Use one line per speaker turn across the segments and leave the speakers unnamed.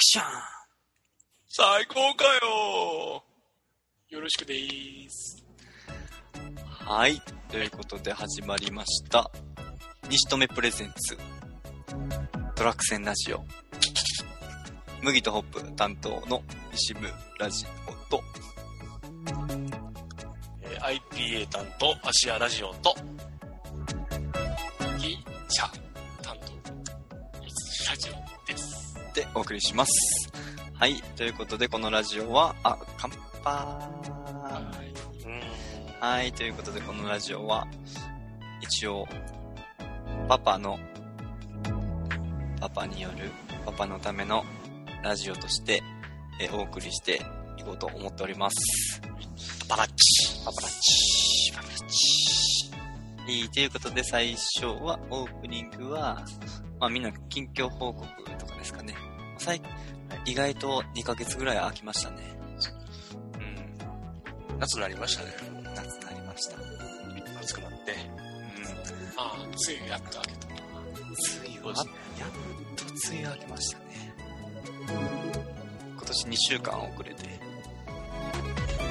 ション
最高かよよろしくでーす。
はい。ということで始まりました。西留プレゼンツ。トラック戦ラジオ。麦とホップ担当の西部ラジオと、
えー IPA 担当、アシアラジオと、ギシャ担当、いつラジオです。
でお送りします。はい。ということで、このラジオは、あ、乾杯。
い。
はい、ということでこのラジオは、一応、パパの、パパによる、パパのためのラジオとして、えーお送りしていこうと思っております。
パパラッチ。
パパラッチ、パパラッチ。えーということで最初は、オープニングは、まあみんな近況報告とかですかね。最意外と2ヶ月ぐらい空きましたね。
夏になりましたね。
うん、夏になりました。
暑くなって。
うん。
ああ、ついやっと開けた。
梅雨はやっと梅雨明けましたね今年2週間遅れて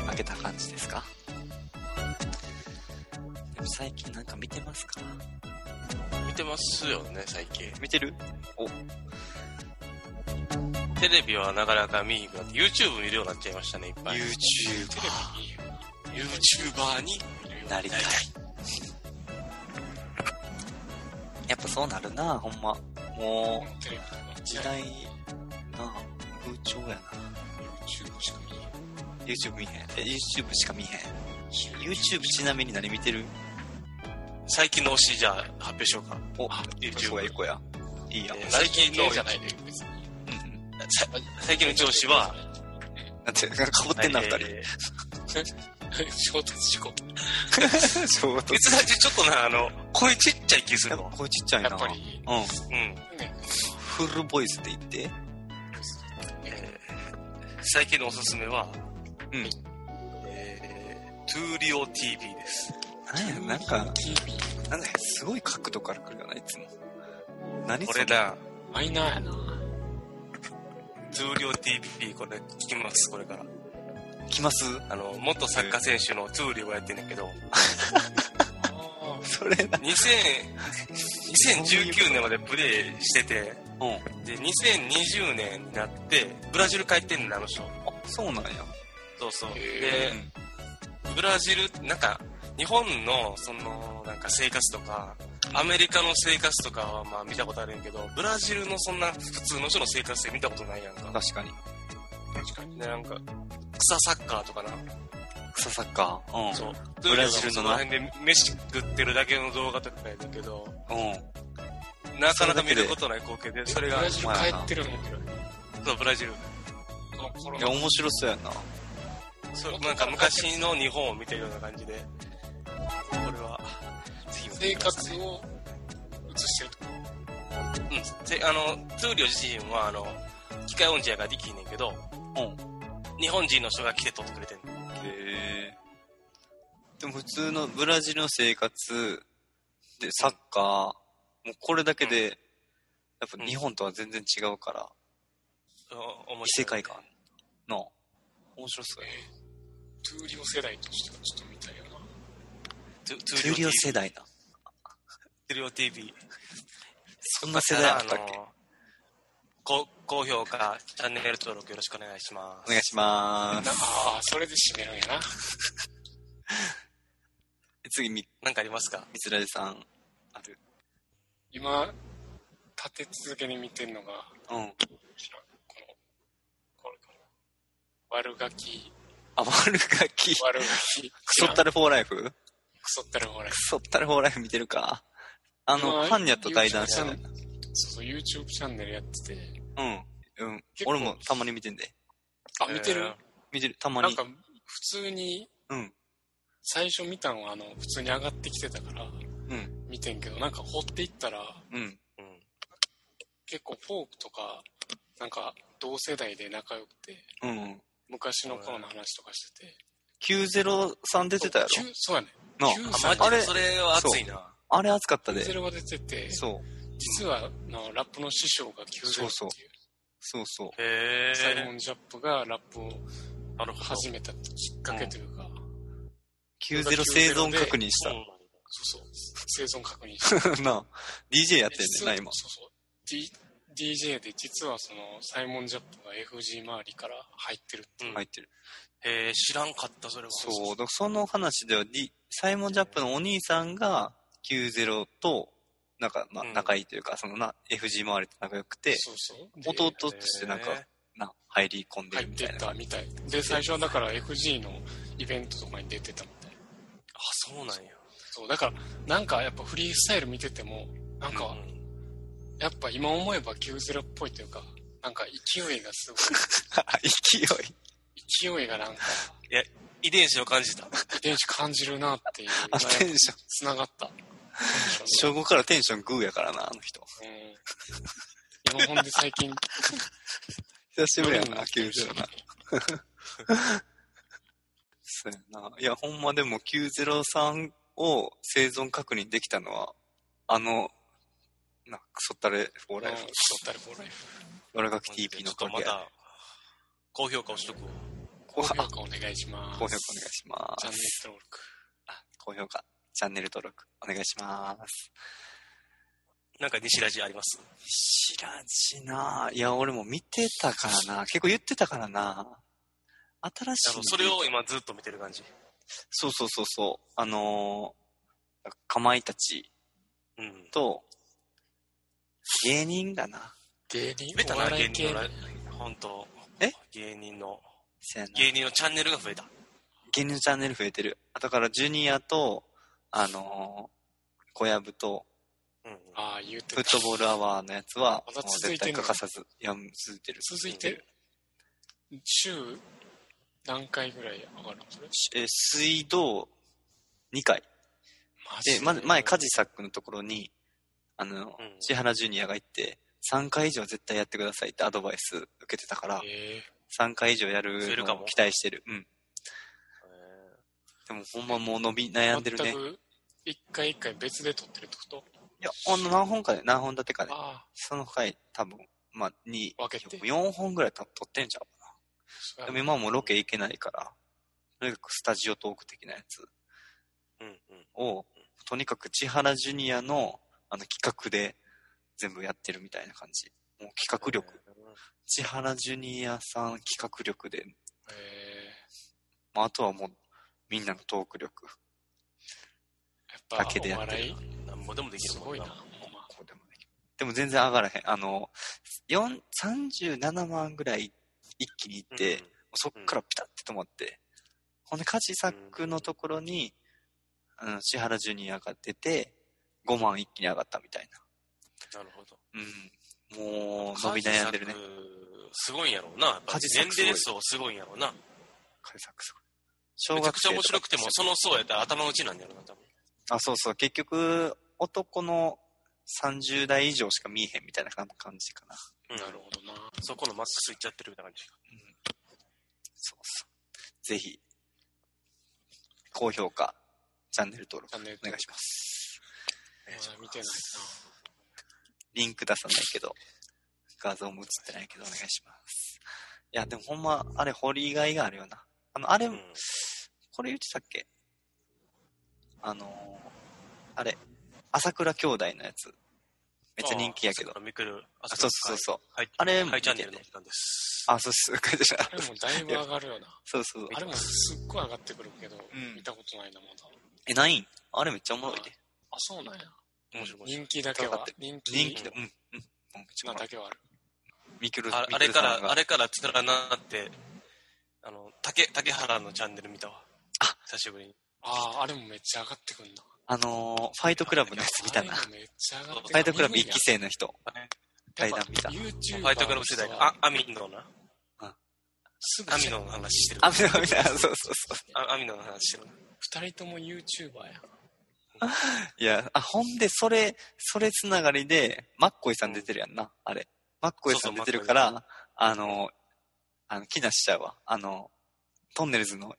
明けた感じですかでも最近なんか見てますか
見てますよね最近
見てる
テレビはなかなか見にくくなって YouTube 見るようになっちゃいましたねいっぱい
YouTuber
YouTuber に
なりたいやっぱそうなるなほんまもう
テレビとか
時代な風潮やな
YouTube しか見え
YouTube 見へんえ YouTube しか見へん YouTube ちなみに何見てる
最近の推しじゃあ発表しようか
お、
YouTube
そうや、行こうや。いいや。
えー
最
最
近
近
の
の
じゃないで別に
うん。
さ最近の上司 は
なんて、かぶってんな、二人。
えー
衝突事故
そう、と。
別だちちょっとなあの声ちっちゃい気するわ
声ちっちゃいな。
やっぱり
うん。
うん、
ね
フルボイスで言って。
えー最近のおすすめは
うん。
えートゥーリオ TV です
なんや、なんか、なんだすごい角度から来るよな、いつも。何
こ
そ
れだ
マイナーやな
トゥーリオ TV これ聞きますこれから
来ます
あの元サッカー選手のトゥーリオやってんねんけど
それだ。
2000 2019年までプレーしてて
うん。あ、
で2020年になってブラジル帰ってんねんあの人
そうなんや。
そうそう
う
で
ん
ブラジルなんか日本のそのなんか生活とかアメリカの生活とかはまあ見たことあるんやけどブラジルのそんな普通の人の生活って見たことないやんか
確かに。
確かに
でなんか草サッカーとかな
草サッカー。うん。
そう
ブラジルの
そ
な
の辺で飯食ってるだけの動画とかやねんけど
うん。
なかなか見ることない光景でそれが
ブラジル帰ってるの
そうブラジル
このコロ
い
ナ
や、面白そうやな。
そうなんか昔の日本を見てるような感じでこれはぜひ見て
生
ください
活を映してると
うんせあのトゥーリオ自身はあの機械音痴やからできひんねんけど
うん。
日本人の人が来て撮ってくれてんの
へーでも普通のブラジルの生活でサッカー、もうこれだけで、やっぱ日本とは全然違うから、
お面
異
白
世
い
界観の面白そうやね。
トゥーリオ世代としてはちょっと見たいよな
トゥト
ト
ゥ
ゥ
ーリ
リ
オ
オ
TV
世代な。
トゥーリオ TV
そんな世代あったっけ、
あの高高評価チャンネル登録よろしくお願いしま
お
す
願いし ま
な
す。
ああそれで締めるんやな
次、み、
なんかありますか
みつらじさん。ある。
今立て続けに見てるのが
うん。
知らんこのこれかな悪ガキ
あ、悪ガキ。ク
悪ガキク
ソ ったるフォーライフク
クソったるほら
ソったるフォーライフ見てるか。あの、
今
ハンニャと対談したの。
そうそう YouTube チャンネルやってて
うん。うん。
結構
俺もたまに見てんで。
あ見てる、
見てる、たま
なん
に
か。普通に
うん。
最初見たんはあの普通に上がってきてたから
うん。
見てんけどなんか掘っていったら
うん。
うん
結構フォークとかなんか同世代で仲良くて
うん。
昔の頃の話とかしてて
903出てたや
そうきゅうそうやね
ろな
あ
9
マ
歳
ジ
あれ
でそれは熱いな
ああれ熱かったで。
ゼロが出てて
そう。
実はあのラップの師匠が9ゼロっていう
そうそうそう。
へ
サイモ
え。
ン・ジャップがラップを
なるほど。
始めたきっかけというか、
90生存確認し
うん
そうそう、生存確認
た。 なあ DJ やってん
実
ね
は
んな、今。
そうそう D DJ で実はそのサイモン・ジャップが FG 周りから入ってるっていう、
うん
入ってる。
へえ、知らんかった、それは。
そう、だからその話では、D、サイモン・ジャップのお兄さんが90と、なんか、まあ
うん、
仲いいというか、そのな、FG 周りと仲良くて、
そうそうで
弟としてなん
へ
か、な、入り込んで
入っ
るみ
て
たい
っ
な
た
感じ。
みたいで最初はだから FG のイベントとかに出てたみたい
あ、そうなんや。
そうだからなんかやっぱフリースタイル見ててもなんか
うん
やっぱ今思えば90っぽいというかなんか勢いがすごい
勢い。
勢いがなんか
遺伝子を感じた。
遺伝子感じるなっていう
あ、テンション。
つな がった
小5からテンショングーやからな、あの人。
うん今ほんで最近
久しぶりや
どれ
な、
も
90な。 そうやな。いや、ほんまでも903を生存確認できたのは、あの、な、クソったれフォーライフ
うん。ソッタルフォーライフ
俺が TP の
ちょっと
関
ま
係
た、高評価をしとくわ。
高
高評
評価
価お願いします
お願いしま
チャンネル
す。
登録
高評価、チャンネル登録、お願いします。
なんか西ラジあります
知らんしな。いや、俺も見てたからな。結構言ってたからな。新
あ
し
の
い。
それを今ずっと見てる感じ。
そうそうそうそう。あのー、かまいたち
うん。
と、芸人だな。
芸人
増えた
お
な、
笑
芸
い系
人のラ。本当。
え
芸人の、
せやな。
芸人のチャンネルが増えた。
芸人のチャンネル増えてる。あだから、ジュニアと、あのー、小籔と、
うん。
ああ言うて
フ
た
ットボールアワーのやつは、
ま
も
だ
う
続
絶
いて
対
んの
欠かさず。いや、続いてる。
続いてる週何回ぐらい上がるのそれ
しえー水道2回
マ
で、まず、前、カジサックのところに、あの、
うん
千原ジュニアが行って、3回以上絶対やってくださいってアドバイス受けてたから、
え
3回以上やる
増えるか
の
も
を期待してる。うん。
え
でも、ほんまもう伸び、悩んで
ー
るね。
全
い
く一回一回別で撮ってるってこと
や、ほんの何本かで、何本立てかで、
ああ
その回多分、まあ、2、
分けて
4本ぐらいと撮ってんじゃん。
そ
で
うや
も
な
今はもうロケ行けないから、とにかくスタジオトーク的なやつ
ーうんうん。
を、とにかく千原ジュニアのあの企画で全部やってるみたいな感じ。もう企画力。千原ジュニアさん企画力で、
え
まあ、あとはもうみんなのトーク力。
ーや
だ
っ
けで
ぱお
やって
笑
る
い
なんぼでもできる
す
も
ご
ん
い
な
な。ほんま
こうでもできるでも全然上がらへん。あの、4 37万ぐらい一気にいって、
うん
そっからピタッて止まって。ほんで、カジサックのところに、うん、千原ジュニアが出て、5万一気に上がったみたい
なるほど。
な。うん。もう、伸び悩んでるね
カ。ジサック。すごいんやろうな。やっぱ
カ
り
ジサッ
年
クすごい
齢層すごいんやろうな。
カジサックすごい。小
めちゃくちゃ
生と
面
か
白くても、その層やったら頭打ちなんやろうな、多分。
あ、そうそう。結局、男の30代以上しか見えへんみたいな感じかな。
うん
なるほどな
そこのマックスいっちゃってるみたいな感じ。
そうそう。ぜひ、高評価、チャンネル登録
チャンネル
お
登録
願いします。
まだ見てない
リンク出さないけど、画像も映ってないけどお願いします。いや、でもほんま、あれ、堀以外があるよな。あの、あれ、
うん
これ言ってたっけあのーあれ、朝倉兄弟のやつ。めっちゃ人気やけど。
あ。めくる。あ
あそうそうそう。そう。
はい。
あれも
は
見
い、
て
チ
ね
ャンネルの時間です。
あ、そう そう、書いてた
なあれもだいぶ上がる よな
そうそう。
あれもすっごい上がってくるけど、
ん
見たことないなまだ
え、ないんあれめっちゃおもろいで。
あそうなんや
面白い面白い。
人気だけ
上がっ
は
て
人気
人気だ。うん。うん。うんめっちゃお
な
もろい
だけはある
ミクル
ああれから、あれからつらなって、あの、竹、竹原のチャンネル見たわ。
あ
久しぶりに。
あああれもめっちゃ上がってくんな
あのーファイトクラブのやつ見たな。
あ
フ
れもめっちゃ上がってくる
ァイトクラブ一期生の人。
やっ
対
ぱ
談見た。
フ
YouTuber
ァイトクラブ世代
の
あ
人は、
アミノな。
すぐ
アミノの話してる。
あ、見た見た。そうそうそう。
あアミノの話してる。
二人とも YouTuber や
いや、あ、ほんで、それ、それつながりで、マッコイさん出てるやんな、あれ。マッコイさん出てるから、
そ
あの、あの、気なしちゃうわ。あの、トンネルズの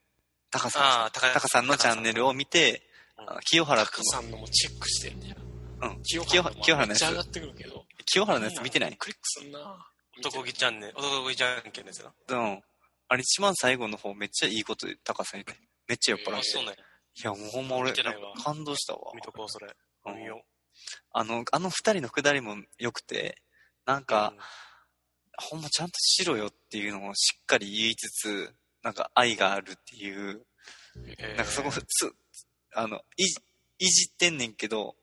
タカさん。
ああ、高
タカさんのチャンネル
を。
を見て、
うん
あの清原
タ
く
カ
ん
さんのもチェックしてんねや
うん。
清
清原
原の
清原
もめ
の
っ
や
ちゃ上が
つ。
ってくるけど
清原のやつ見てない
クリックすんな
男気チャンネル、男気じゃんけんですよな。
うん。あれ一番最後の方めっちゃいいことで高さにて。めっちゃ酔っ払
あ
っ
あ、
て。
そうね。
いや、もうほんま俺、
見てないわ
感動したわ。
見とこう、それ。
うん
見よう。
あの、あの二人のくだりも良くて、なんか、
うん、
ほんまちゃんとしろよっていうのをしっかり言いつつ、なんか愛があるっていう、
えー
なんかそこ、つ、あの、いじ、いじってんねんけど、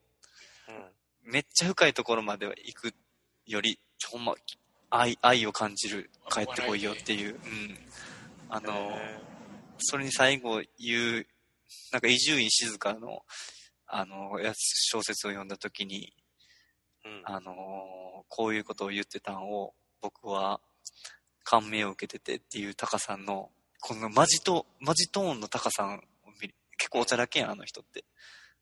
うん
めっちゃ深いところまでは行くより、ほんま、愛、愛を感じる、帰ってこいよっていう、うん。あの、
え
それに最後言う、なんか伊集院静香の、あの、やつ小説を読んだ時に、
ーうん
あのこういうことを言ってたんを、僕は感銘を受けててっていうタカさんの、このマジト、マジトーンのタカさんを見る結構おちゃらけやん、あの人って。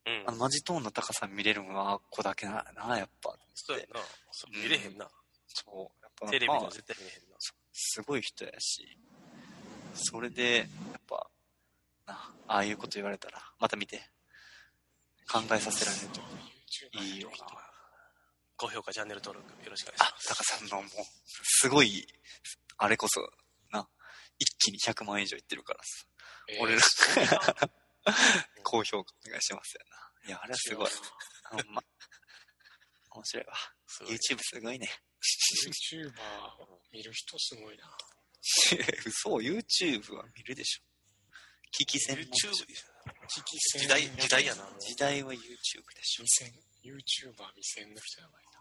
うん
あの、マジトーンのタカさん見れるのは、ここだけなな、やっぱ。
そうやな。そう見れへんな。
そう。やっぱ
テレビで
まあ
は絶対見れへんな。
すごい人やし、それで、やっぱ、な、ああいうこと言われたら、また見て。考えさせられると。いいよな。
高評価、チャンネル登録よろしくお願いし
あ、タカさんのもう、すごい、あれこそ、な、一気に100万円以上いってるからさ。俺ら、 高評価お願いしますよな。いや、あれはすごい。ほんま。面白いわ。
ます。すごい
YouTube すごいね。
YouTuber 見る人すごいな。
嘘、YouTube は見るでしょ。聞き専門
YouTube
でしょ、
聞き戦
時代、時代やな。。
時代は YouTube でしょ
未。戦。YouTuber 未戦の人やばいな。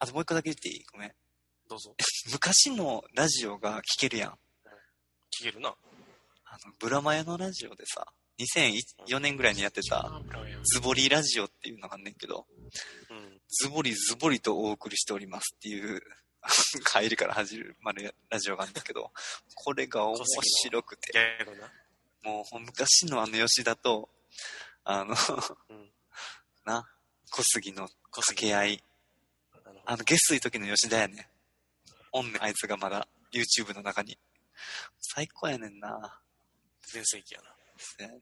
あともう一個だけ言っていいごめん。
どうぞ。
昔のラジオが聞けるやん。
聞けるな。
あの、ブラマヨのラジオでさ、2004年ぐらいにやってた、
ブラウンやん。
ズボリラジオっていうのがあんねんけど、
うん。
ズボリズボリとお送りしておりますっていう、 帰りから始まるラジオがあるんだけど、これが面白くて、
ギャグな。
もう昔のあの吉田と、あの、
うん。
な、小杉の
小
掛
杉
け合い、
あの
あの、ゲスい時の吉田やねん。おんねん、あいつがまだ YouTube の中に。最高やねんな。
全盛期やな。
そうやね。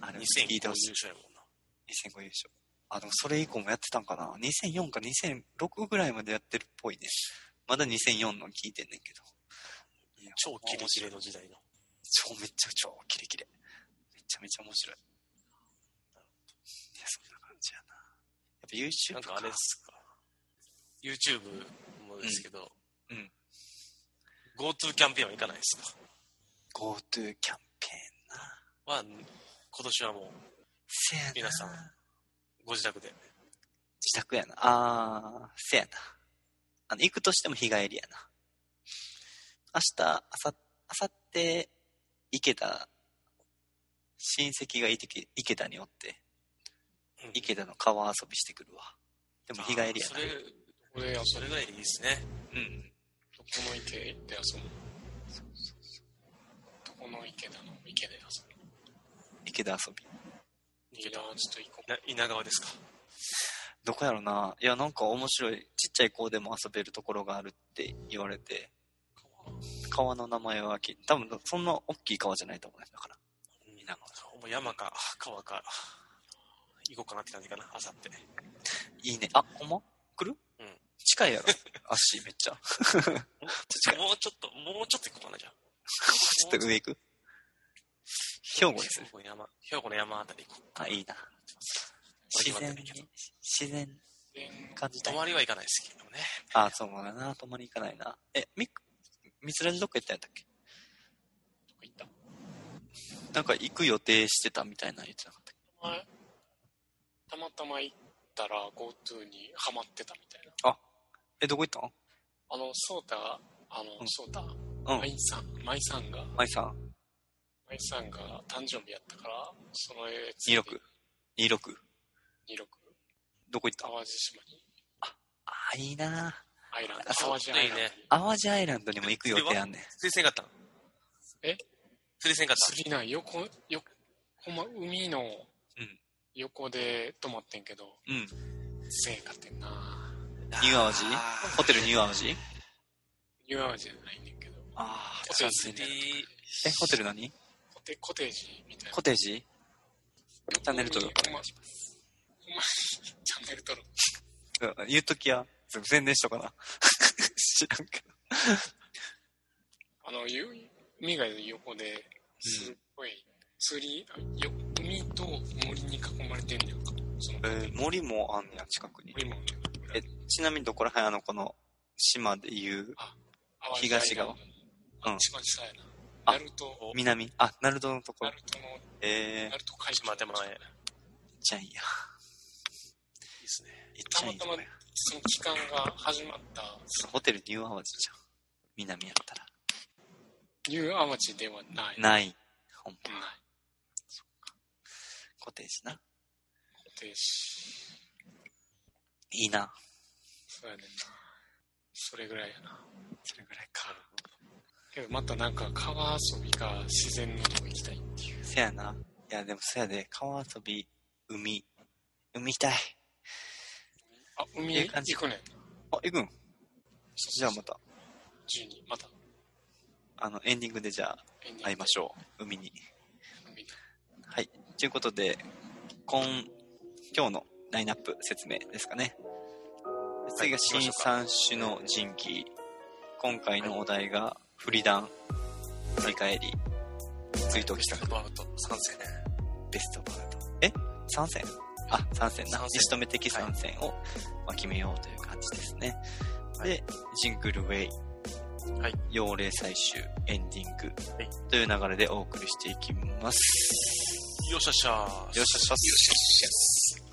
あれ、
2005
聞い
優
てほしい。
勝やもんな。
2005優勝。あ、でもそれ以降もやってたんかな。2004か2006ぐらいまでやってるっぽいね。まだ2004の聞いてんねんけど。いや
超キレキレの時代の。
超めっちゃ超キレキレ。めちゃめちゃ面白い。いや、そんな感じやな。や
なん
っぱ YouTube
かあれっすか。YouTube もですけ
う
ど。
んうん。
GoTo キャンペーンはいかないですか
GoTo キャンペーンな。
は、今年はも
せやな。
皆さんう、ご自宅で。
自宅やな。あー、せやな。あの、行くとしても日帰りやな。明日、あさ、あさって、行けた、親戚がいてけ、池田におって、
うん
池田の川遊びしてくるわ。でも日帰りや
あーそ
な。
れ、
これ遊
それぐらいでいいですね。
うん。
ぶ。の池で遊ぶ。どこの池だの池で遊ぶ。
池田遊び。
いいな、ちょっと行こう。
な稲川ですか。
どこやろな。いや、なんか面白い。ちっちゃい子でも遊べるところがあるって言われて、川の名前は聞い、多分そんな大きい川じゃないと思うね。だから。
稲川。ほんま山か川か。行こうかなって感じかな、あさって。
いいね。あ、ほんま来る
うん
近いやろ。 足めっちゃ。近い
もうちょっと、もうちょっと行こうかな、じゃあ。
ちょっと上行く兵庫にする
兵。庫の山、兵庫の山あたり行こう。
あ、いいな。自然に、自然感じた
泊
い。
まりは行かないですけどね。
あ、そうだな。泊まり行かないな。え、み、みつらじどっか行ったんやったっけ
どこ行った
なんか行く予定してたみたいなの言ってなかったっけ
前たまたま行ったら GoTo にハマってたみたいな
え、どこ行ったん
あのソータがあの、
うん
ソータ
うん
マイさんマイさんが
マイさん、
マイさんが誕生日やったからそのやつ
26。26。
26
どこ行ったん
淡路島に
あ、いいな。
アイランド
あそう
淡路アイラン
い
ドに
いね
淡路アイランドにも行く予定あんねん。
釣りせんかったん
え
釣りせんかったん
釣りない横よほんま海の
ん
横で泊まってんけど
うん。
せえかってんな
ニュー淡路
あー
ホテルニュー淡路
ニューアワジじゃないねんけど
あ
ホテル
ー
釣り、
え、ホテル何
コテコテージみたいな
コテージチャンネル登録
ほんまほんまチャンネル登録
うん言うときや。全然でしとかな。 知らんけど。
あの、ゆ海外の横で、すっごい、釣り、あよ海と森に囲まれてんねやんか。その、
えー森もあんねや、近くに。
森もね、
え、ちなみにどこら辺あの、この、島でいう、
淡路
東側
平
う
野
ん
あ、島地さや
あ
な。ナルト、
南あ、ナルトのとこ
ナ
ろ
ル。トの、
えー、
ナルト海峡。
島手前。いいで
行っちゃいいや。
すね。
行っちゃいいとこ
たまたま
や。
その期間が始まった、
ホテルニューアワジじゃん。南やったら。
ニューアマチではない。い。
ない。ほんま。
ない。
コテージな。
固定し。
いいな。
そうやねんな。それぐらいやな。
それぐらいか。
けどまたなんか川遊びか自然のとこ行きたいっていう。
せやな。いや、でもせやで、川遊び、海。海行きたい。
あ、海
ええ感じ
行くねん。
あ、行くんじゃあまた、
12、また。
あの、エンディングでじゃあ、会いましょう。海に。
う。海
はい。ということで、今、今日のラインナップ説明ですかね。次が新三種の人気。今回のお題が、フリダン、振り返り、追悼企
北
画、
クバウト、参戦。
ベストバード。え参戦あ、参戦な。
参戦
仕留め的参戦を、まあ、決めようという感じですね。
はい
で、ジングルウェイ。
はい。
用例最終、エンディング。
はい
という流れでお送りしていきます。
よっしゃっしゃー
よっしゃっしゃっ
よっしゃっしゃー